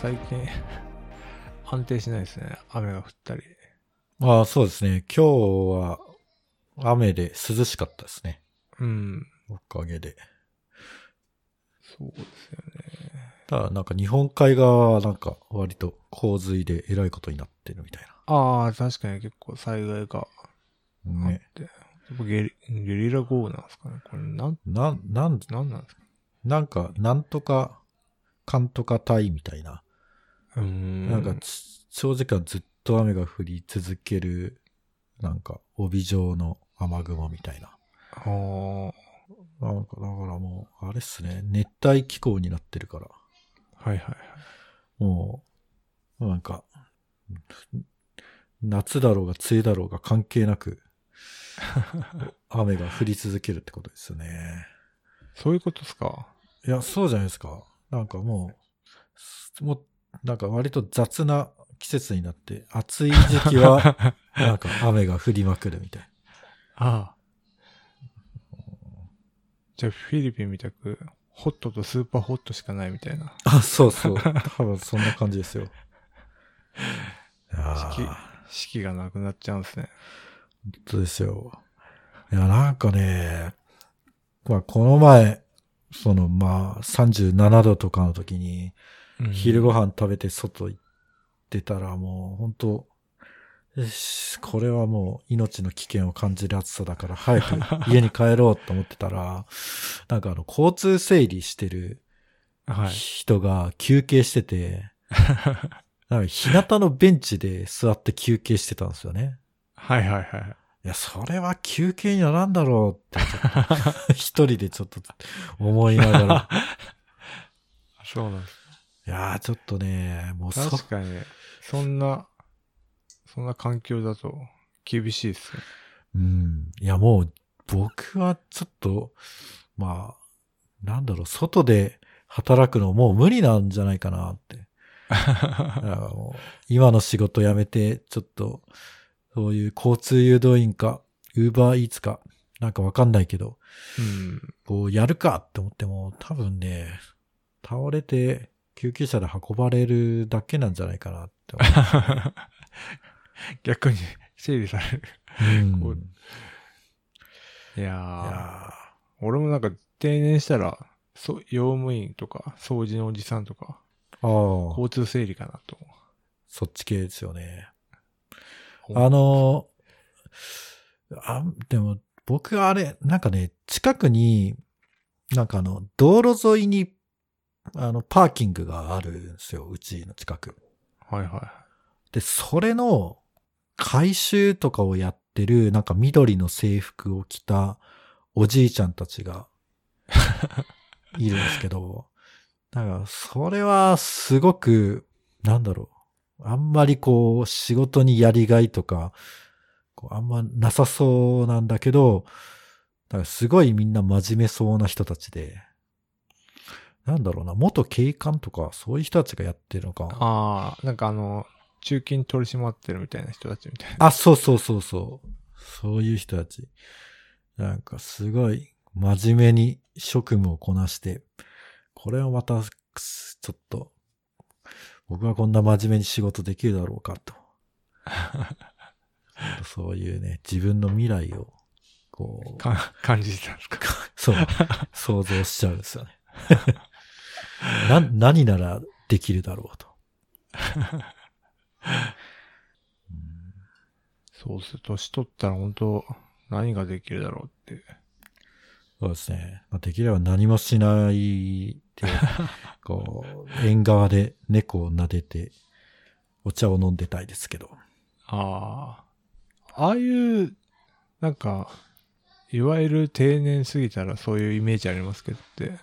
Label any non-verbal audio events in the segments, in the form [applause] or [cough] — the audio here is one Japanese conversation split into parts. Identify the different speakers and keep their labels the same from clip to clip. Speaker 1: 最近 [laughs] 安定しないですね。雨が降ったり。
Speaker 2: ああ、そうですね。今日は雨で涼しかったですね。
Speaker 1: うん。
Speaker 2: おかげで。
Speaker 1: そうですよね。
Speaker 2: ただなんか日本海側はなんか割と洪水でえらいことになってるみたい
Speaker 1: ああ、確かに結構災害があ
Speaker 2: な。
Speaker 1: って。
Speaker 2: ね。
Speaker 1: やっぱゲリゲリラ豪雨なんですかね。これなん、
Speaker 2: なん、なん、
Speaker 1: なんなんですか
Speaker 2: なんか、なんとか、かんとか隊みたいな。
Speaker 1: うーん。
Speaker 2: なんかつ、長時間ずっと雨が降り続ける、なんか、帯状の雨雲みたいな。
Speaker 1: ああ、
Speaker 2: なんか、だからもう、あれっすね。熱帯気候になってるから。
Speaker 1: はいはいはい。
Speaker 2: もう、なんか、夏だろうが梅雨だろうが関係な [laughs] く、雨が降り続けるってことですよね。
Speaker 1: そういうことですか。
Speaker 2: いや、そうじゃないですか。なんかもう、もう、なんか割と雑な季節になって、暑い時期 [laughs] は、
Speaker 1: あ
Speaker 2: なんか雨が降りまくるみたい。
Speaker 1: [laughs] あ。じゃあフィリピンみたく、ホットとスーパーホットしかないみたいな。
Speaker 2: あ、そうそう。多分そんな感じですよ。
Speaker 1: 好き
Speaker 2: ああ、
Speaker 1: 四季がなくなっちゃうんですね。
Speaker 2: 本当ですよ。いや、なんかね、まあこの前、そのまあ37度とかの時に、
Speaker 1: うん
Speaker 2: 昼ご飯食べて外行ってたらもう本当よしこれはもう命の危険を感じる暑さだから
Speaker 1: [laughs]
Speaker 2: 早く家に帰ろうと思ってたら、なんかあの交通整理してる
Speaker 1: はい。
Speaker 2: 人が休憩し
Speaker 1: [laughs]
Speaker 2: てて、なんか日向のベンチで座って休憩してたんですよね。
Speaker 1: はいはいはい。
Speaker 2: いや、それは休憩にならんだろうってちょっ
Speaker 1: [laughs]
Speaker 2: と、一人でちょっと思いながら。 [laughs]
Speaker 1: そうなんです。
Speaker 2: いやーちょっとね、もうそ
Speaker 1: 確かに、そんな、そんな環境だと厳しいっ
Speaker 2: [laughs]
Speaker 1: すね。
Speaker 2: うん。いや、もう、僕はちょっと、まあ、なんだろう、外で働くのもう無理なんじゃないかなって。だからもう今の仕事辞めて、ちょっと、そういう交通誘導員か、ウーバーイーツか、なんかわかんないけど、
Speaker 1: うん。 [laughs]
Speaker 2: こう、やるかって思っても、多分ね、倒れて、救急車で運ばれるだけなんじゃないかなって思
Speaker 1: 逆に整理される。
Speaker 2: う。
Speaker 1: こ [laughs]
Speaker 2: う、
Speaker 1: うん
Speaker 2: い
Speaker 1: いや
Speaker 2: や
Speaker 1: ー
Speaker 2: ー
Speaker 1: 俺もなんか定年したら、そ用務員とか、掃除のおじさんとか、
Speaker 2: あー。
Speaker 1: 交通整理かなと
Speaker 2: そっち系ですよね。
Speaker 1: 思う。
Speaker 2: あのーあ、でも、僕あれ、なんかね、近くに、なんかあの、道路沿いに、あの、パーキングがあるんですよ、うちの近く。
Speaker 1: はいは
Speaker 2: で、それの、回収とかをやってる、なんか緑の制服を着たおじいちゃんたちが、いるんですけど、だから、それはすごく、なんだろう。あんまりこう、仕事にやりがいとか、こうあんまなさそうなんだけど、だからすごいみんな真面目そうな人たちで、なんだろうな、元警官とか、そういう人たちがやってるのか
Speaker 1: い。。ああ、なんかあの、中金取り締まってるみたいな人たちみたいな。
Speaker 2: [laughs] あ、そうそうそうそう。そういう人たち。なんかすごい真面目に職務をこなして、これをまた、くすちょっと、僕はこんな真面目に仕事できるだろうかと。そういうね、自分の未来を、こう、
Speaker 1: か感じてたんですか。
Speaker 2: そう、想像しちゃうんですよね。な、何ならできるだろうと。うん
Speaker 1: そうっする。年取ったら本当何ができるだろうって。
Speaker 2: そうですね。まあ、できれば何もしないで、こう、縁側で猫を撫でて、お茶を飲んでたいですけど。
Speaker 1: ああ。ああいう、なんか、いわゆる定年過ぎたらそういうイメージありますけどって、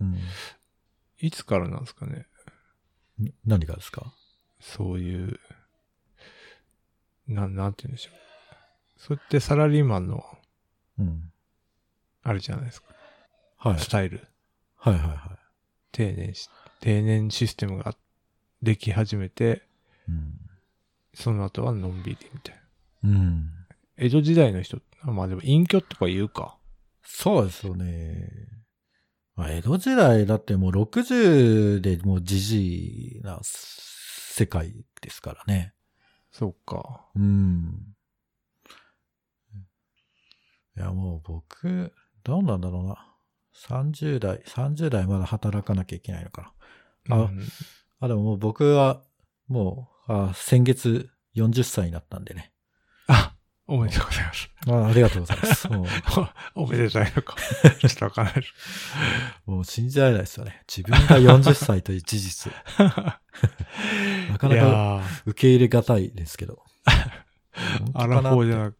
Speaker 2: うん。
Speaker 1: いつからなんですかね。
Speaker 2: ん何がですか
Speaker 1: そういう、なん、なんて言うんでしょう。それってサラリーマンの、
Speaker 2: うん。
Speaker 1: あれじゃないですか。
Speaker 2: はい。
Speaker 1: スタイル。
Speaker 2: はいはいは
Speaker 1: 定年し、定年システムができ始めて、
Speaker 2: い。
Speaker 1: その後はのんびりみたいな。
Speaker 2: うん。うん。
Speaker 1: 江戸時代の人、あまあでも隠居とか言うか。
Speaker 2: そうですよね。まあ、江戸時代だってもう60でもうじじいな世界ですからね。
Speaker 1: そうか。
Speaker 2: うん。いや、もう僕、どうなんだろうな。30代、30代まだ働かなきゃいけないのかな。あ、
Speaker 1: うん
Speaker 2: あ、でももう僕は、もう、あ先月40歳になったんでね。
Speaker 1: あ、おめでとうございます。
Speaker 2: あありがとうございます。も
Speaker 1: [laughs] おおめでたいのか。ちょっとわからないです。
Speaker 2: う、 [laughs] もう信じられないですよね。自分が40歳という事
Speaker 1: [laughs]
Speaker 2: 実、なか
Speaker 1: い
Speaker 2: なか
Speaker 1: やー
Speaker 2: 受け入れがたいです
Speaker 1: [laughs]
Speaker 2: けど。
Speaker 1: アラフォーじゃなく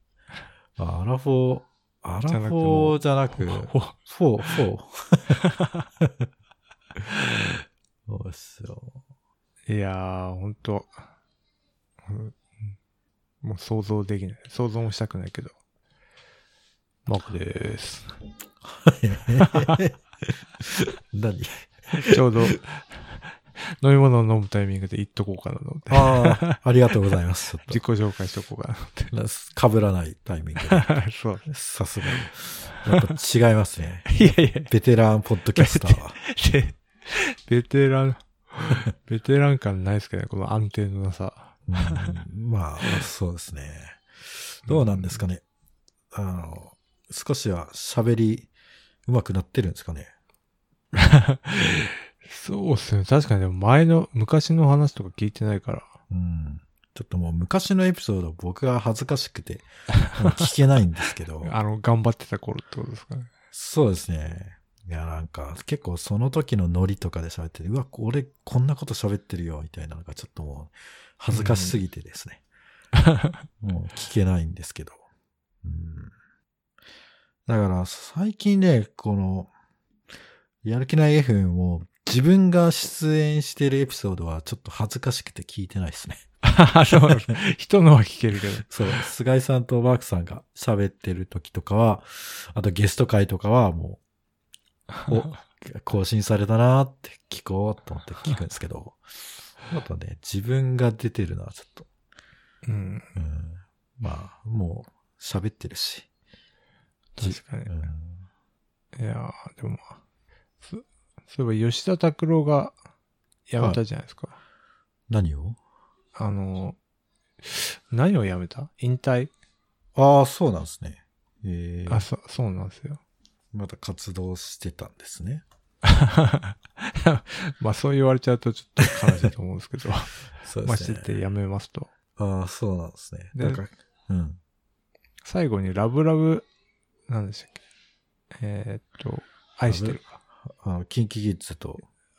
Speaker 2: あアラフォー、アラ
Speaker 1: じゃ
Speaker 2: フ
Speaker 1: なくて
Speaker 2: ォー
Speaker 1: も
Speaker 2: じゃなく、
Speaker 1: フォー
Speaker 2: フォー、フォー。 [laughs] そうっすよ。 [laughs]
Speaker 1: いやー、ほんと、うんもう想像できない。想像もしたくないけど。マコ [laughs] です。
Speaker 2: 何
Speaker 1: ちょうど、飲み物を飲むタイミングで言っとこうかなと思って。
Speaker 2: ああ、ありがとうございます。ち
Speaker 1: 自己
Speaker 2: ょ
Speaker 1: 紹介しとこうか
Speaker 2: っ [laughs] と、被らないタイミングで。
Speaker 1: な。 [laughs] そう。
Speaker 2: さすが。やっぱ違います [laughs] ね。
Speaker 1: いやいや、
Speaker 2: ベテランポッドキャスター [laughs] は。
Speaker 1: でベテラン、ベテラン感ないですけどね、この安定のなさ。
Speaker 2: うんまあ、そうですね。どうなんですかね。あの、少しは喋り上手くなってるんですかね。
Speaker 1: [laughs] そうっすね。確かに、でも前の、昔の話とか聞いてないから。。
Speaker 2: うん。ちょっともう昔のエピソード僕が恥ずかしくて、もう聞けないんですけど
Speaker 1: [laughs] あの、頑張ってた頃ってことですかね。 [laughs]
Speaker 2: そうですね。いや、なんか、結構その時のノリとかで喋ってて、うわ、俺こんなこと喋ってるよ、みたいなのがちょっともう、恥ずかしすぎてですね。もう聞けないんですけど。うん。だから、最近ね、この、やる気ない FM を自分が出演してるエピソードはちょっと恥ずかしくて聞いてないですね。
Speaker 1: あそうなんですね。人のは聞けるけど。
Speaker 2: そう、菅井さんとマークさんが喋ってる時とかは、あとゲスト会とかはもう、お、更新されたなーって聞こうと思って聞くんですけ [laughs] ど、あとね、自分が出てるのはちょっと、
Speaker 1: [laughs] うん。
Speaker 2: うん、まあ、もう喋ってるし、じ
Speaker 1: 確かに
Speaker 2: う。
Speaker 1: い
Speaker 2: ん、
Speaker 1: やー、でも、そそういえば吉田拓郎が辞めたじゃないですか。
Speaker 2: 何を
Speaker 1: あの、何を辞めた引退、
Speaker 2: ああ、そうなんですね。ええ
Speaker 1: あ、そ、そうなんですよ。 [laughs]
Speaker 2: また活動してたんですね。
Speaker 1: まあそう言われちゃうとちょっと悲しいと思うんですけど、
Speaker 2: そう
Speaker 1: まあ
Speaker 2: で
Speaker 1: し
Speaker 2: す
Speaker 1: て
Speaker 2: ね。
Speaker 1: て辞めますと。
Speaker 2: ああ、そうなんですね。
Speaker 1: で
Speaker 2: なんか、うん。
Speaker 1: 最後にラブラブ、なんでしたっけえーっと、愛してるか。
Speaker 2: あの、キンキキッズと、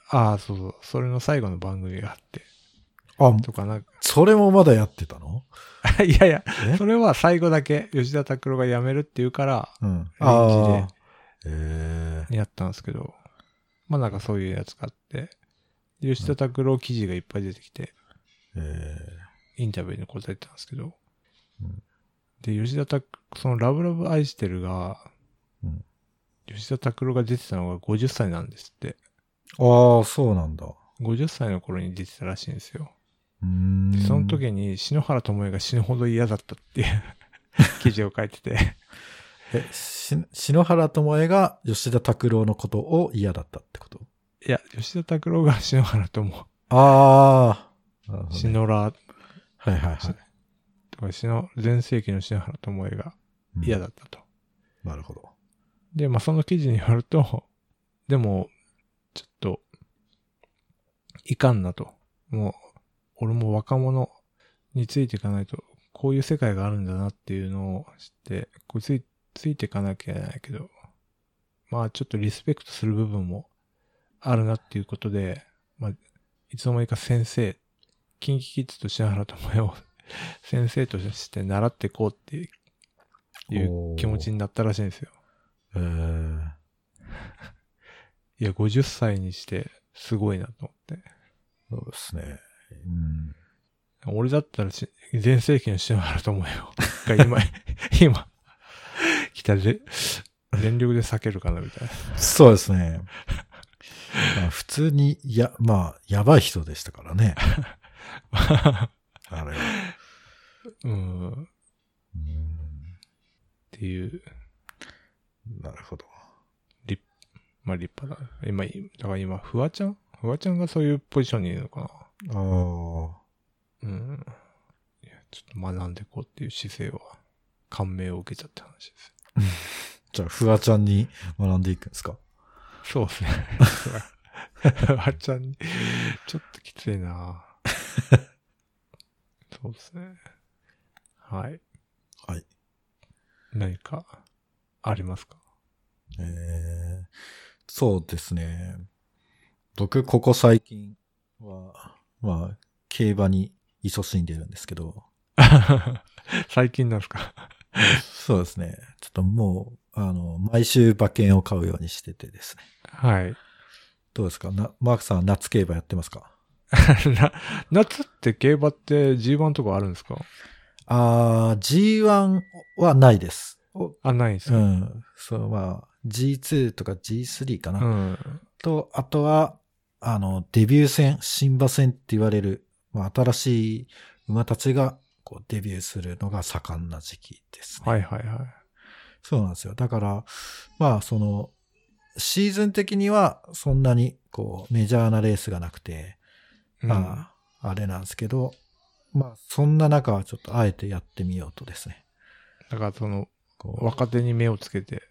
Speaker 1: ああ、そうそう。それの最後の番組があって、
Speaker 2: あ、
Speaker 1: とかなんか、 [laughs]
Speaker 2: それもまだやってた [laughs] の
Speaker 1: いやいや、
Speaker 2: え
Speaker 1: それは最後だけ吉田拓郎が辞めるって言うから、
Speaker 2: うん。
Speaker 1: 臨
Speaker 2: 時で。ええ
Speaker 1: やったんですけど、まあなんかそういうやつがあって、で吉田拓郎記事がいっぱい出てきて、
Speaker 2: え
Speaker 1: インタビューに答えてたんですけど、
Speaker 2: うん
Speaker 1: で、吉田拓、そのラブラブ愛してるが、
Speaker 2: うん
Speaker 1: 吉田拓郎が出てたのが50歳なんですって、
Speaker 2: えああ、そうなんだ。う
Speaker 1: 50歳の頃に出てたらしいんですよ。
Speaker 2: ーん
Speaker 1: で、その。時に篠原智恵が死ぬほど嫌だったっていう
Speaker 2: [laughs]
Speaker 1: 記事を書いてて、
Speaker 2: え、し、篠原智恵が吉田拓郎のことを嫌だったってこと
Speaker 1: いや、吉田拓郎が篠原智
Speaker 2: ああ。なる
Speaker 1: 恵、
Speaker 2: ほどね
Speaker 1: 篠原
Speaker 2: はいはいは
Speaker 1: し
Speaker 2: い。
Speaker 1: とか、篠、前世紀の篠原智恵が
Speaker 2: うん
Speaker 1: 嫌だ。ったと。
Speaker 2: なるほど。
Speaker 1: で、まあ、その記事によると、でも、ちょっと、いかんなと。もう、俺も若者についていかないと、こういう世界があるんだなっていうのを知って、こうついついていかなきゃいけないけど、まあ、ちょっとリスペクトする部分もあるなっていうことで、まあ、いつの間にか先生、キンキキッズと篠原智恵を [laughs] 先生として習っていこうっていういう気持ちになったらしいんですよ。
Speaker 2: えー
Speaker 1: いや、50歳にして、すごいなと思って。
Speaker 2: そうですね。うん。
Speaker 1: 俺だったらし、前世紀の篠原智恵を、が今、今、来たぜ、全力で避けるかな、みたいな。
Speaker 2: そうですね。 [laughs] まあ普通に、や、まあ、やばい人でしたからね。あれは。
Speaker 1: [laughs] うん、っ
Speaker 2: うん
Speaker 1: ていう、
Speaker 2: なるほど。
Speaker 1: まあ立派だ。今、だから今、フワちゃんフワちゃんがそういうポジションにいるのかな。
Speaker 2: ああ。
Speaker 1: うん。いや、ちょっと学んでこうっていう姿勢は、感銘を受けちゃった話です。
Speaker 2: じゃあ、フワちゃんに学んでいくんですか
Speaker 1: そうですね。フワちゃんに、ちょっときついなそうですね。はい。
Speaker 2: はい。
Speaker 1: 何か、ありますか
Speaker 2: えー、そうですね。僕、ここ最近は、まあ、競馬に勤しんでるんですけど、
Speaker 1: 最近なんですか
Speaker 2: そうですね。ちょっともう、あの、毎週馬券を買うようにしててですね。
Speaker 1: はい。 [laughs]
Speaker 2: どうですかなマークさん、夏競馬やってますか
Speaker 1: な夏って競馬って G1 とかあるんですか
Speaker 2: あー、G1 はないです。
Speaker 1: あ、ないんです
Speaker 2: う
Speaker 1: よ。
Speaker 2: ん。そう、まあ、G2 とか G3 かな。
Speaker 1: うん。
Speaker 2: と、あとは、あの、デビュー戦、新馬戦って言われる、まあ、新しい馬たちが、こう、デビューするのが盛んな時期ですね。
Speaker 1: はいはいはい。
Speaker 2: そうなんですよ。だから、まあ、その、シーズン的には、そんなに、こう、メジャーなレースがなくて、
Speaker 1: うん
Speaker 2: まあ、あれなんですけど、まあ、そんな中はちょっとあえてやってみようとですね。
Speaker 1: だからその、
Speaker 2: こう
Speaker 1: 若手に目をつけて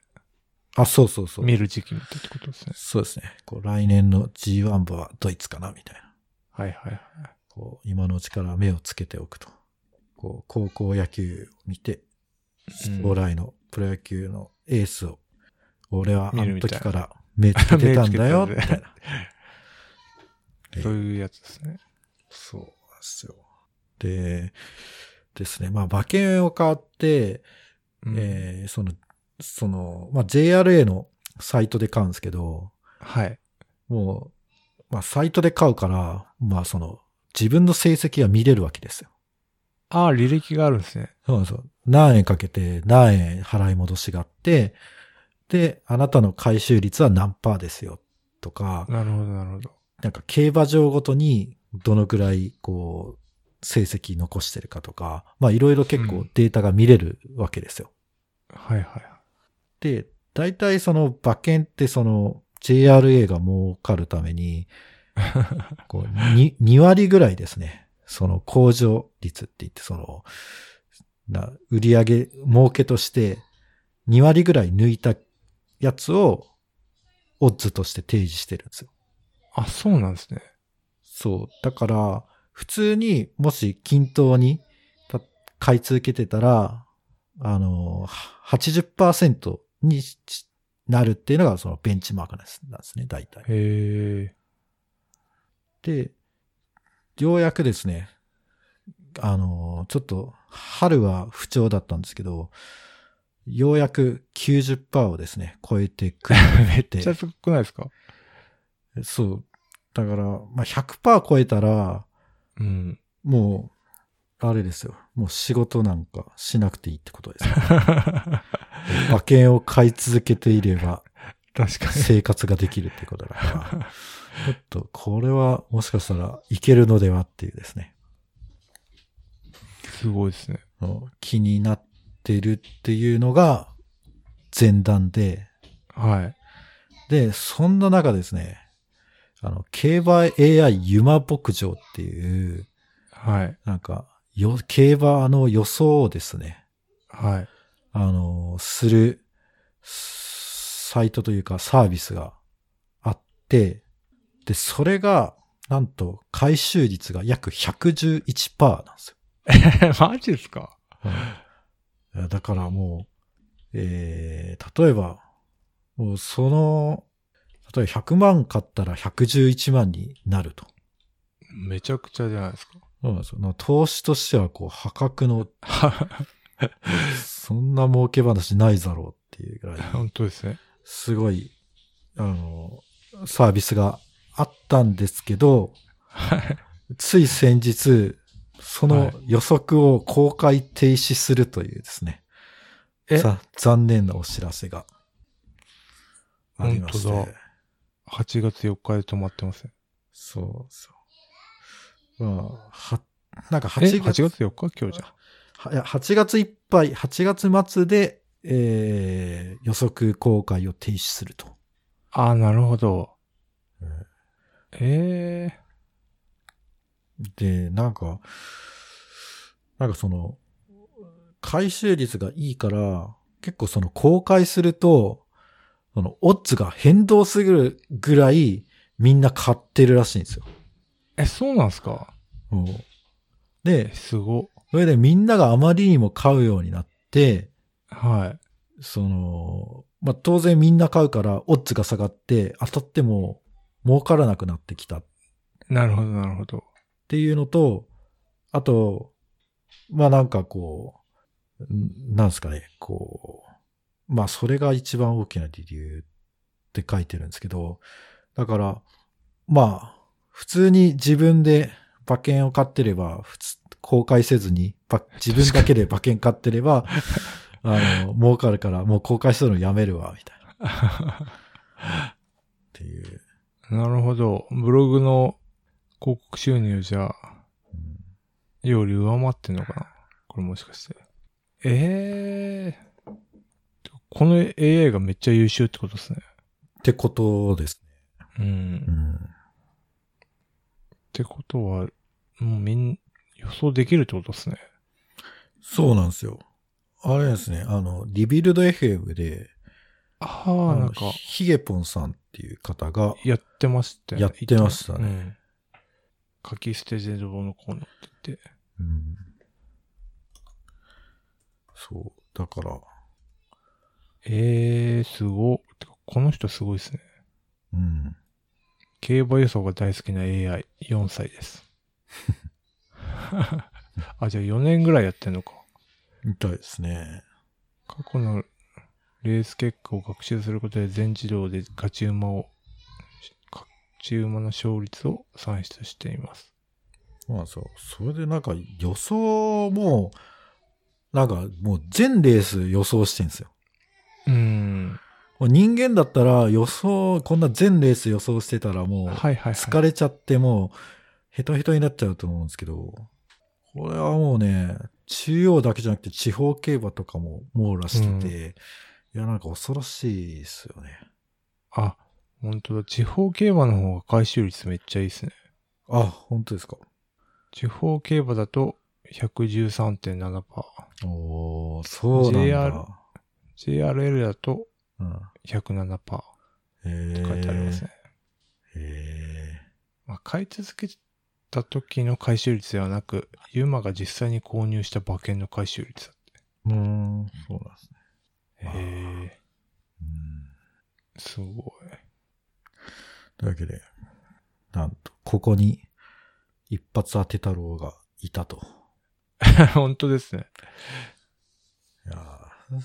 Speaker 2: あ、そうそうそう。
Speaker 1: 見る時期にってことですね。
Speaker 2: そうですね。こう、来年の G1 部はドイツかな、みたいな。
Speaker 1: はいはいはい。
Speaker 2: こう、今のうちから目をつけておくと。こう、高校野球を見て、
Speaker 1: うん
Speaker 2: 将来のプロ野球のエースを、俺はあ
Speaker 1: 見る
Speaker 2: の
Speaker 1: みたい
Speaker 2: 時
Speaker 1: な
Speaker 2: から目つけてたんだよ、
Speaker 1: 目
Speaker 2: み
Speaker 1: つけてた
Speaker 2: た
Speaker 1: ん
Speaker 2: いな。え
Speaker 1: そういうやつですね。
Speaker 2: そうなんですよ。で、ですね。まあ、馬券を買って、
Speaker 1: うん
Speaker 2: えーその、その、まあ、JRA のサイトで買うんですけど、
Speaker 1: はい。
Speaker 2: もう、まあ、サイトで買うから、まあ、その、自分の成績が見れるわけですよ。
Speaker 1: ああ、履歴があるんですね。
Speaker 2: そうそう。何円かけて、何円払い戻しがあって、で、あなたの回収率は何パーですよ、とか、
Speaker 1: なるほどなるほど。
Speaker 2: なんか競馬場ごとにどのくらい、こう、成績残してるかとか、まあいろいろ結
Speaker 1: う
Speaker 2: 構
Speaker 1: ん
Speaker 2: データが見れるわけですよ。
Speaker 1: はいはい。
Speaker 2: で、大体その馬券ってその JRA が儲かるために、こう 2, 2割ぐらいですね。その向上率って言って、その、な売り上げ、儲けとして2割ぐらい抜いたやつをオッズとして提示してるんですよ。
Speaker 1: [laughs] あ、そうなんですね。
Speaker 2: そう。だから、普通にもし均等にた買い続けてたら、あの、は80%にしなるっていうのがそのベンチマークなんですなんですね、大体。
Speaker 1: へえ。
Speaker 2: で、ようやくですね、あの、ちょっと春は不調だったんですけど、ようやく90%をですね、超えて [laughs] くる
Speaker 1: めっちゃすごくないですか
Speaker 2: そう。だから、まあ、100%超えたら、
Speaker 1: うん。 [laughs]
Speaker 2: もう、あれですよ。もう仕事なんかしなくていいってことです [laughs] よ。馬券を買い続けていれば
Speaker 1: 確かに。
Speaker 2: 生活ができるってことだ [laughs] から、ちょっとこれはもしかしたらいけるのではっていうですね。
Speaker 1: すごいですね。
Speaker 2: の気になってるっていうのが前段で、
Speaker 1: はい。
Speaker 2: で、そんな中ですね、あの、競馬 AI ユマ牧場っていう、
Speaker 1: はい。
Speaker 2: なんか、よ、競馬の予想をですね、
Speaker 1: はい。 [laughs]
Speaker 2: あの、する、サイトというかサービスがあって、で、それが、なんと、回収率が約111%なんですよ。
Speaker 1: マジですか
Speaker 2: いやだからもう、えー、例えば、もうその、例えば100万買ったら111万になると。
Speaker 1: めちゃくちゃじゃないですか。
Speaker 2: そうなんですよ。投資としては、こう、破格の、そんな儲け話ないだろうっていうぐらい、
Speaker 1: [laughs] 本当ですね。
Speaker 2: すごい、あの、サービスがあったんですけど、
Speaker 1: はい。
Speaker 2: つい先日、その予測を公開停止するというですね。
Speaker 1: え
Speaker 2: ざ残念なお知らせがありまして。
Speaker 1: 本当8月4日で止まってますね。
Speaker 2: そうそう。まあ、は、なんか
Speaker 1: え
Speaker 2: 8
Speaker 1: 8
Speaker 2: 月、
Speaker 1: 月4日今日じ
Speaker 2: はいや8月いっぱい、8月末で、えー予測公開を停止すると。
Speaker 1: ゃああ、なるほど。
Speaker 2: うん
Speaker 1: ええ
Speaker 2: で、なんか、なんかその、回収率がいいから、結構その公開すると、そのオッズが変動するぐらいみんな買ってるらしいんですよ。
Speaker 1: え、そうなんすか
Speaker 2: うん
Speaker 1: え
Speaker 2: で、
Speaker 1: すご。
Speaker 2: それでみんながあまりにも買うようになって、
Speaker 1: はい。
Speaker 2: その、まあ、当然みんな買うからオッズが下がって当たっても儲からなくなってきた
Speaker 1: なるほど、なるほど。
Speaker 2: っていうのと、あと、まあなんかこう、んなんですかね、こう、まあそれが一番大きな理由って書いてるんですけど、だから、まあ、普通に自分で馬券を買ってれば、普通公開せずに、ば自分だけで馬券買ってれば、あの、儲かるから、もう公開するのやめるわ、みたいな。っていう。
Speaker 1: なるほど。ブログの広告収入じゃ、
Speaker 2: うん
Speaker 1: より上回ってんのかなこれもしかして。ええこの AI がめっちゃ優秀ってことですね。
Speaker 2: ってことですね。
Speaker 1: う。
Speaker 2: うん
Speaker 1: っ
Speaker 2: ん
Speaker 1: てことは、もうみん、予想できるってことですね。
Speaker 2: そうなんですよ。あれですね、あの、リビルド FM で、
Speaker 1: あ
Speaker 2: あ
Speaker 1: あ、
Speaker 2: の
Speaker 1: なんか、
Speaker 2: ヒゲポンさんっていう方が、
Speaker 1: やってました
Speaker 2: やってましたね
Speaker 1: うん。書き捨て自動のコーナーって言って。
Speaker 2: うんそう、だから、
Speaker 1: ええすご。てかこの人すごいですね。
Speaker 2: うん。
Speaker 1: 競馬予想が大好きな AI4 歳です。 [laughs] あ、じゃあ4年ぐらいやってんのか。
Speaker 2: みたいですね。
Speaker 1: 過去のレース結果を学習することで全自動で勝ち馬を、勝ち馬の勝率を算出しています。
Speaker 2: そうなんですよ。それでなんか予想も、なんかもう全レース予想してんですよ。
Speaker 1: うーん。
Speaker 2: もう人間だったら予想、こんな全レース予想してたらもう、
Speaker 1: はいはいは
Speaker 2: 疲れちゃってもう、ヘトヘトになっちゃうと思うんですけど、これはもうね、中央だけじゃなくて地方競馬とかも網羅してて、いや、なんか恐ろしいですよね。
Speaker 1: い。あ、本当だ。地方競馬の方が回収率めっちゃいいですね。
Speaker 2: あ、本当ですか。
Speaker 1: 地方競馬だと113.7%。
Speaker 2: おー、そうなんだ。
Speaker 1: JR JRL だと
Speaker 2: うん。
Speaker 1: 107%っ
Speaker 2: え
Speaker 1: て書いてありますね。
Speaker 2: え
Speaker 1: まあ、買い続けた時の回収率ではなく、ユーマが実際に購入した馬券の回収率だって。
Speaker 2: ー、うーん、そうなんですね。
Speaker 1: へ
Speaker 2: あー
Speaker 1: え、すごい。 [laughs]
Speaker 2: うん。というわけで、なんと、ここに一発当てたろうがいたと。
Speaker 1: 本当ですね。
Speaker 2: いやー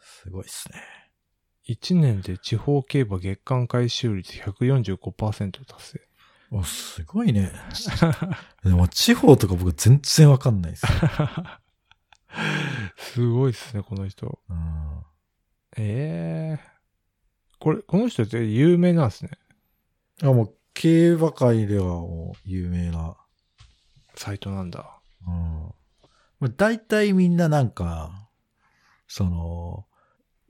Speaker 2: すごいっすね。
Speaker 1: 1年で地方競馬月間回収率145%達成。
Speaker 2: お、すごいね。でも地方とか僕全然わかんないですよ。
Speaker 1: すごいですね、この人。
Speaker 2: うん
Speaker 1: ええこれ、この人って有名なんですね。
Speaker 2: あもう、競馬界ではもう有名な。
Speaker 1: サイトなんだ。
Speaker 2: うん。まあ、大体みんななんか、その、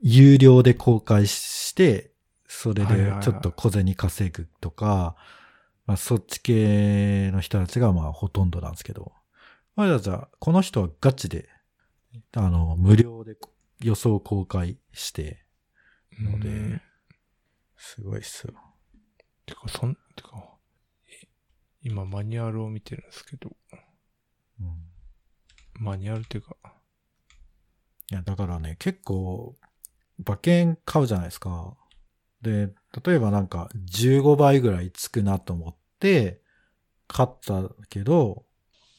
Speaker 2: 有料で公開して、それ
Speaker 1: はいはい
Speaker 2: で
Speaker 1: はい
Speaker 2: ちょっと小銭稼ぐとか、まあ、そっち系の人たちがまあほとんどなんですけど。まあじゃあじゃあ、この人はガチで、あの、無料で予想公開して、ので
Speaker 1: うん
Speaker 2: すごいっすよ。
Speaker 1: てか、そん、てか、え今マニュアルを見てるんですけど、
Speaker 2: うん、
Speaker 1: マニュアルっていうか、
Speaker 2: いや、だからね、結構、馬券買うじゃないですか。で、例えばなんか15倍ぐらいつくなと思って、買ったけど、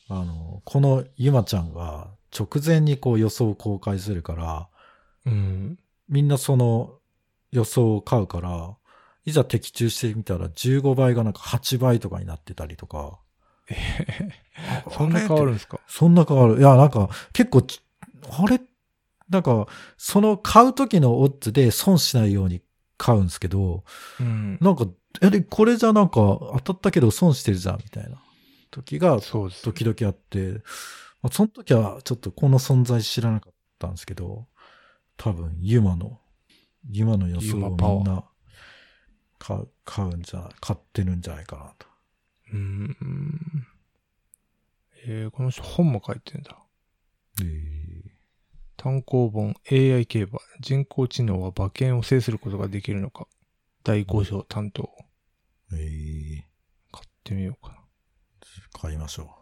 Speaker 2: あの、このゆまちゃんが直前にこう予想を公開するから、
Speaker 1: うん。
Speaker 2: みんなその予想を買うから、いざ的中してみたら15倍がなんか8倍とかになってたりとか。
Speaker 1: えそんな変わるんですか
Speaker 2: そんな変わる。いや、なんか、結構ち、あれなんか、その買う時のオッズで損しないように買うんですけど、
Speaker 1: うん。
Speaker 2: なんか、え、でこれじゃなんか当たったけど損してるじゃん、みたいな時が、
Speaker 1: そうです。
Speaker 2: 時々あって、まあ、その時はちょっとこの存在知らなかったんですけど、多分、ユマの、ユマの予想
Speaker 1: ユマ
Speaker 2: を
Speaker 1: パワー
Speaker 2: みんな買う、買うんじゃない、買ってるんじゃないかなと。
Speaker 1: うーん。えー、この人本も書いてんだ。
Speaker 2: え
Speaker 1: 単行本 AI 競馬、人工知能は馬券を制することができるのか。第5章担当。
Speaker 2: ええ
Speaker 1: 買ってみようかな。
Speaker 2: 買いましょ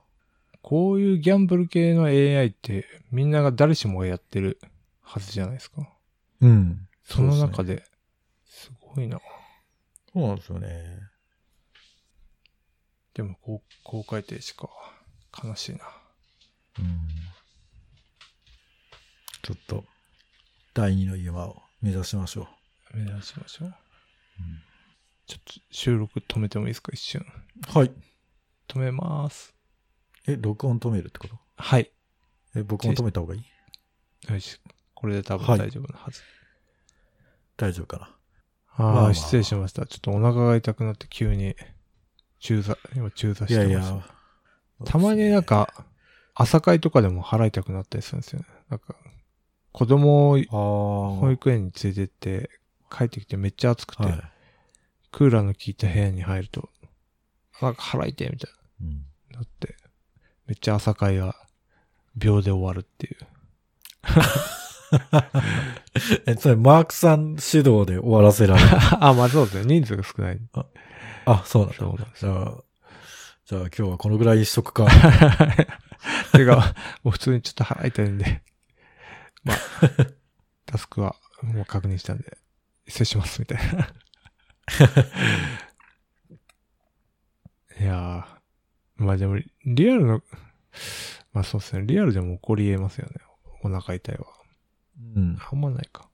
Speaker 1: こういうギャンブル系の AI ってみんなが誰しもやってるはずじゃないですか。
Speaker 2: う。うん。
Speaker 1: その中で、すごいな。
Speaker 2: そうなんですよね。
Speaker 1: でも、こう、公開停止か。悲しいな。
Speaker 2: うん。ちょっと、第二の夢を目指しましょう。
Speaker 1: 目指しましょう。ちょっと収録止めてもいいですか一瞬。
Speaker 2: はい。
Speaker 1: 止めまーす。
Speaker 2: え、録音止めるってこと
Speaker 1: はい。
Speaker 2: え、僕も止めた方がいい
Speaker 1: よし。これで多分
Speaker 2: はい
Speaker 1: 大丈夫なはず。
Speaker 2: 大丈夫かな
Speaker 1: あ
Speaker 2: まあま
Speaker 1: あ
Speaker 2: あ
Speaker 1: ー、失礼しました。ちょっとお腹が痛くなって急に中座、今中座してま
Speaker 2: い
Speaker 1: す。
Speaker 2: やいや。
Speaker 1: たまになん
Speaker 2: か、
Speaker 1: か、朝会とかでも払いたくなったりするんですよね。なんか、子供を
Speaker 2: あ
Speaker 1: 保
Speaker 2: あ。
Speaker 1: 育園に連れてって、帰ってきてめっちゃ暑くて、
Speaker 2: はい。
Speaker 1: クーラーの効いた部屋に入ると、なんか払いて、みたい
Speaker 2: うん
Speaker 1: になって、めっちゃ朝会が秒で終わるっていう。
Speaker 2: え、それ、マークさん指導で終わらせられる。
Speaker 1: [laughs] [laughs] あ、まあそうですね。人数が少ない。
Speaker 2: あ、そうなんだ。
Speaker 1: そうなんです
Speaker 2: じゃあ、じゃあ今日はこのぐらいにしと
Speaker 1: [laughs]
Speaker 2: くか。
Speaker 1: てか、もう普通にちょっと払いたいんで、
Speaker 2: [laughs]
Speaker 1: まあ、タスクはもう確認したんで、失礼します、みたいな。いやー、まあでも、リアルの、まあそうですね、リアルでも起こり得ますよね。お腹痛いは。
Speaker 2: うん。
Speaker 1: あんまないか。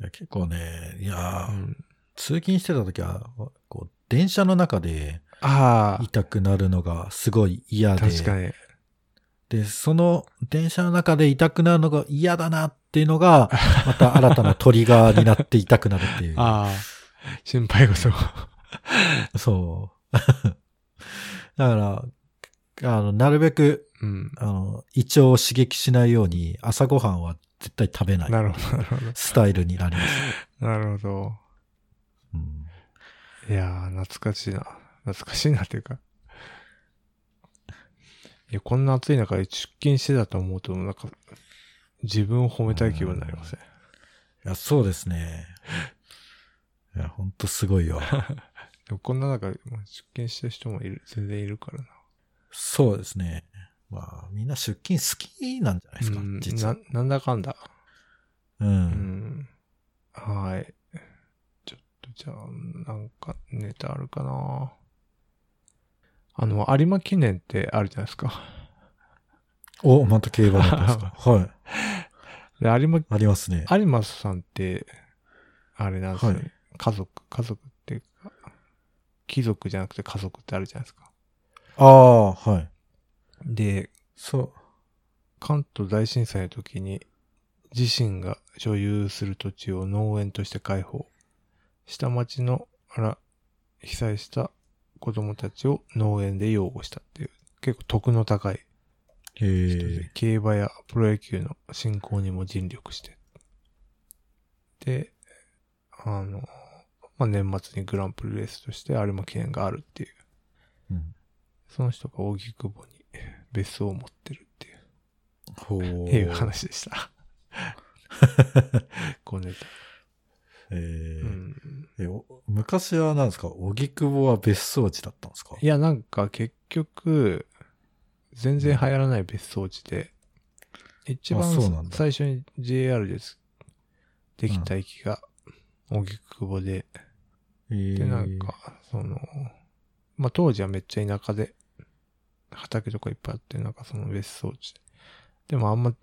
Speaker 2: いや結構ね、いやー、
Speaker 1: うん、
Speaker 2: 通勤してた時は、こう、電車の中で
Speaker 1: ああ、
Speaker 2: 痛くなるのがすごい嫌で。
Speaker 1: 確かに。
Speaker 2: で、その電車の中で痛くなるのが嫌だなっていうの
Speaker 1: [laughs]
Speaker 2: が、また新たなトリガーになって痛くなるっていう。
Speaker 1: ああ、心配事も。
Speaker 2: そう。 [laughs] だから、あの、なるべく、
Speaker 1: うん。
Speaker 2: あの、胃腸を刺激しないように、朝ごはんは絶対食べない
Speaker 1: なるほど、なるほ
Speaker 2: スタイルになります。
Speaker 1: ど。なるほど。
Speaker 2: うん
Speaker 1: いやー、懐かしいな。懐かしいなっていうか。いや、こんな暑い中で出勤してたと思うと、なんか、自分を褒めたい気分になりますね。
Speaker 2: いや、そうですね。いや、ほんとすごいよ。
Speaker 1: [laughs] でもこんな中、もう出勤してる人もいる、全然いるからな。
Speaker 2: そうですね。まあ、みんな出勤好きなんじゃないですか、
Speaker 1: うん
Speaker 2: 実は。
Speaker 1: な、なんだかんだ。
Speaker 2: う。
Speaker 1: うんん。はい。ちょっと、じゃあ、なんか、ネタあるかな。あの、有馬記念ってあるじゃないですか。
Speaker 2: お、また競馬だったんで
Speaker 1: [laughs]
Speaker 2: すか。はい。
Speaker 1: で、有馬
Speaker 2: ありますね。
Speaker 1: 有馬さんって、あれなんですよね。
Speaker 2: は
Speaker 1: 家族、家族っていうか、貴族じゃなくて家族ってあるじゃないですか。
Speaker 2: ああ、はい。
Speaker 1: で、
Speaker 2: そ。
Speaker 1: 関東大震災の時に、自身が所有する土地を農園として開放。下町の、あら、被災した子供たちを農園で擁護したっていう、結構得の高いう
Speaker 2: へ
Speaker 1: 人で
Speaker 2: え。
Speaker 1: 競馬やプロ野球の振興にも尽力して。で、あの、まあ、年末にグランプリレースとして有馬記念があるっていう。
Speaker 2: うん
Speaker 1: その人が大木久保に別荘を持ってるっていう、
Speaker 2: ほう。
Speaker 1: [laughs] いう話で
Speaker 2: [laughs]
Speaker 1: した。こうネタ。
Speaker 2: え
Speaker 1: う
Speaker 2: ー
Speaker 1: ん。
Speaker 2: えお昔は何ですか荻窪は別荘地だったんですか
Speaker 1: いや、なんか結局、全然流行らない別荘地で、一
Speaker 2: あそうなん
Speaker 1: 番
Speaker 2: だ
Speaker 1: 最初に JR です。できた駅が、大木久保で、
Speaker 2: え
Speaker 1: で、
Speaker 2: ー
Speaker 1: なんか、その、まあ、当時はめっちゃ田舎で、畑とかいっぱいあって、なんかその別荘地。でもあんま、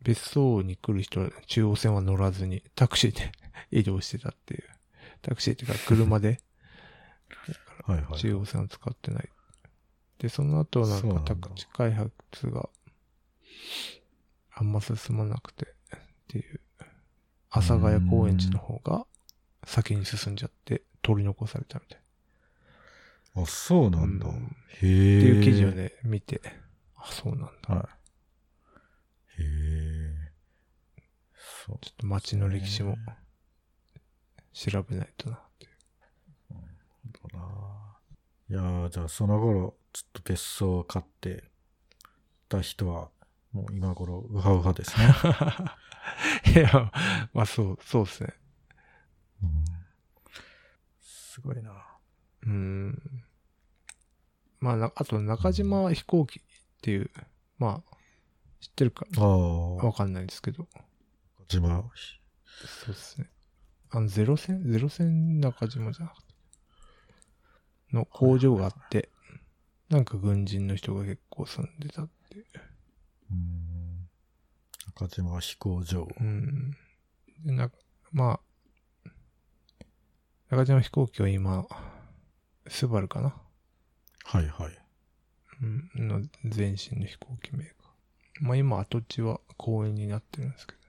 Speaker 1: 別荘に来る人は中央線は乗らずに、タクシーで [laughs] 移動してたっていう。タクシーっていうか車で
Speaker 2: はいはい。
Speaker 1: 中央線を使ってない。で、その後なん
Speaker 2: そうなんだ
Speaker 1: か宅地開発があんま進まなくてっていう。阿佐ヶ谷公園地の方が先に進んじゃって取り残されたみたい。
Speaker 2: あ、そうなんだ。
Speaker 1: う
Speaker 2: へ
Speaker 1: ん
Speaker 2: え。
Speaker 1: っていう記事を。ね、見て、あ、そうなんだ。
Speaker 2: はい。へえ。そう。
Speaker 1: ちょっと街の歴史も調べないとなっていう。
Speaker 2: そうだないやーじゃあその頃、ちょっと別荘を買ってた人は、もう今頃、ウハウハです
Speaker 1: [laughs]
Speaker 2: ね。 [laughs]
Speaker 1: いや、まあそう、そうですね。
Speaker 2: すごいな。
Speaker 1: うーん。まあな、あと中島飛行機っていう、まあ、知ってるか
Speaker 2: ああ、
Speaker 1: わかんないですけど。
Speaker 2: 自慢。
Speaker 1: そうですね。あの、ゼロ戦ゼロ戦中島じゃなくて。の工場があって、なんか軍人の人が結構住んでたっていう。
Speaker 2: うん中島飛行場。
Speaker 1: うん。で、な、まあ、中島飛行機は今、スバルかな
Speaker 2: はいはい。
Speaker 1: うん、の前身の飛行機メーカー。まあ今跡地は公園になってるんですけどね。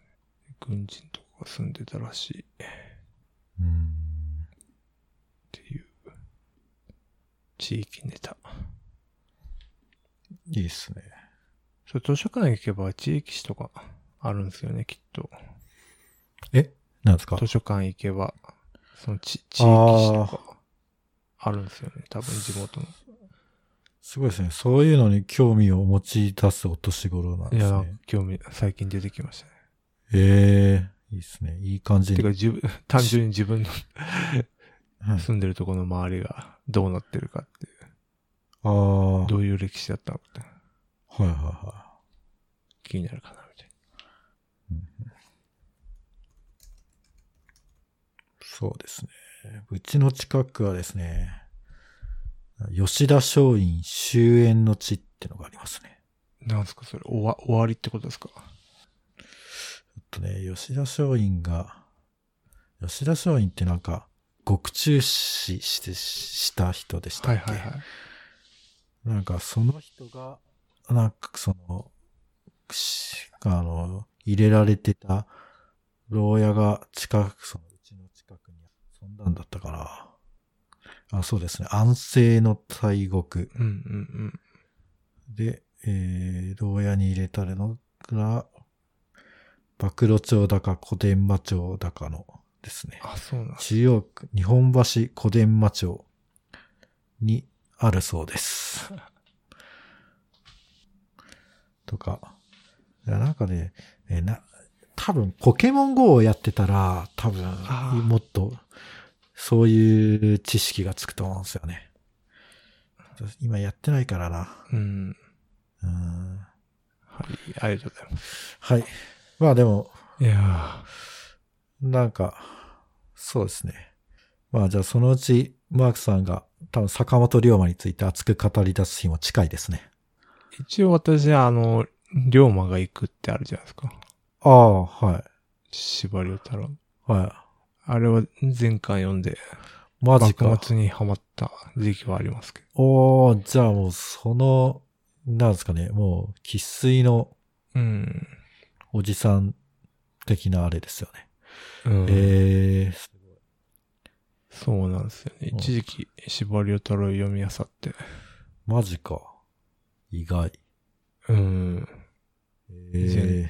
Speaker 1: 軍人とかが住んでたらしいっ
Speaker 2: うん。
Speaker 1: ていう地域ネタ。
Speaker 2: いいっすね。
Speaker 1: それ図書館行けば地域史とかあるんですよね、きっと。
Speaker 2: えなんですか
Speaker 1: 図書館行けば、その地地域史とかあるんですよね、多分地元の。
Speaker 2: すごいですね。そういうのに興味を持ち出すお年頃なん
Speaker 1: い
Speaker 2: です
Speaker 1: や
Speaker 2: ね。、
Speaker 1: 興味、最近出てきましたね。
Speaker 2: ええいいっすね。いい感じ
Speaker 1: て
Speaker 2: に。
Speaker 1: か、自分、単純に自分の
Speaker 2: はい
Speaker 1: 住んでるところの周りがどうなってるかっていう、
Speaker 2: ああ、はい
Speaker 1: どういう歴史だったのかって
Speaker 2: はいは
Speaker 1: 気になるかな、みたい
Speaker 2: い。そうですね。うちの近くはですね、吉田松陰終焉の地ってのがありますね。
Speaker 1: な。なんすか、それ、終わ、終わりってことですか
Speaker 2: ちょっとね、吉田松陰が、吉田松陰ってなんか、獄中死して、した人でした
Speaker 1: は
Speaker 2: っ
Speaker 1: い
Speaker 2: け、
Speaker 1: はいはい。
Speaker 2: なんかその人が、なんかその、しあの、入れられてた牢屋が近く、そのうちの近くに遊んだんだったから、あそうですね、安政の大獄
Speaker 1: うんうん
Speaker 2: で、えー、牢屋に入れたのが、暴露町だか小伝馬町だかのですね
Speaker 1: うん。、あ、そうなんだ
Speaker 2: 中央区日本橋小伝馬町にあるそ
Speaker 1: [laughs]
Speaker 2: うです。とか、いやなんかね、えな、多分ポケモン GO をやってたら、多分
Speaker 1: あー
Speaker 2: もっとそういう知識がつくと思うんですよね。私今やってないからな。
Speaker 1: うん。
Speaker 2: うん
Speaker 1: はい、ありがとうございます。
Speaker 2: はい。まあでも、
Speaker 1: いや
Speaker 2: なんか、そうですね。まあじゃあそのうち、マークさんが多分坂本龍馬について熱く語り出す日も近いですね。
Speaker 1: ー一応私、あの、龍馬が行くってあるじゃないですか。
Speaker 2: ああ、は
Speaker 1: 司馬遼太郎。
Speaker 2: い。は
Speaker 1: あれは前回読んで、
Speaker 2: い。マジか
Speaker 1: 幕。末にハマった時期はありますけ
Speaker 2: おー、じゃあもうその、なんですかね、もう、喫水の
Speaker 1: ど。うん。
Speaker 2: おじさん的なあれですよね。
Speaker 1: うん
Speaker 2: えー、
Speaker 1: そうなんですよね。
Speaker 2: うん
Speaker 1: 一時期、司馬遼太郎読み漁って。
Speaker 2: マジか。意外。
Speaker 1: うん。
Speaker 2: え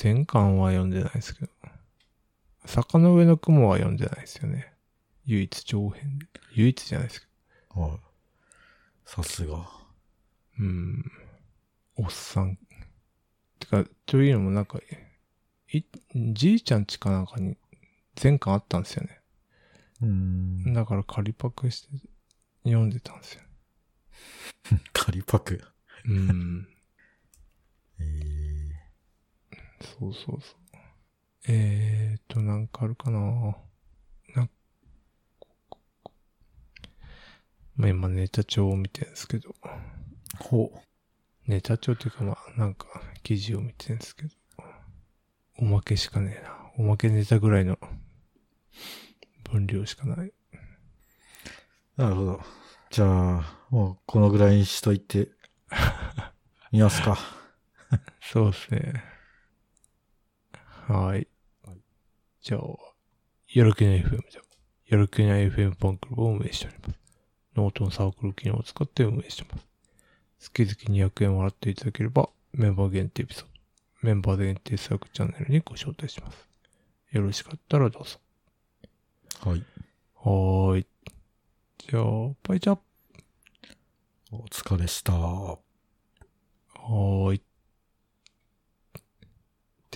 Speaker 1: 前巻は読んでないですけど。坂の上の雲は読んでないですよね。唯一長編で。唯一じゃないですけ
Speaker 2: ー、はい。さすが。
Speaker 1: ど。うん。おっさん。てか、というのもなんか、い、じいちゃん家かなんかに前巻あったんですよね。
Speaker 2: うーん。
Speaker 1: だから借りパクして読んでたんですよ。
Speaker 2: 仮パク。
Speaker 1: うん。
Speaker 2: えー
Speaker 1: そうそうそう。えーと、なんかあるかななんまあ今ネタ帳を見てるんですけど、
Speaker 2: ほ
Speaker 1: ネタ帳というかまあなんか記事を見てるんですけど、おまけしかねえな。おまけネタぐらいの分量しかない。
Speaker 2: う。なるほど。じゃあ、もうこのぐらいにしといて、 [laughs] みますか。
Speaker 1: そうですね。はい。じゃあ、やる気ない FM では、やる気ない FM ファンクラブを運営しております。ノートのサークル機能を使って運営しています。月々200円を払っていただければ、メンバー限定エピソード、メンバー限定サークルチャンネルにご招待します。よろしかったらどうぞ。
Speaker 2: はい。
Speaker 1: はーい。じゃあ、バイチャ
Speaker 2: お疲れした。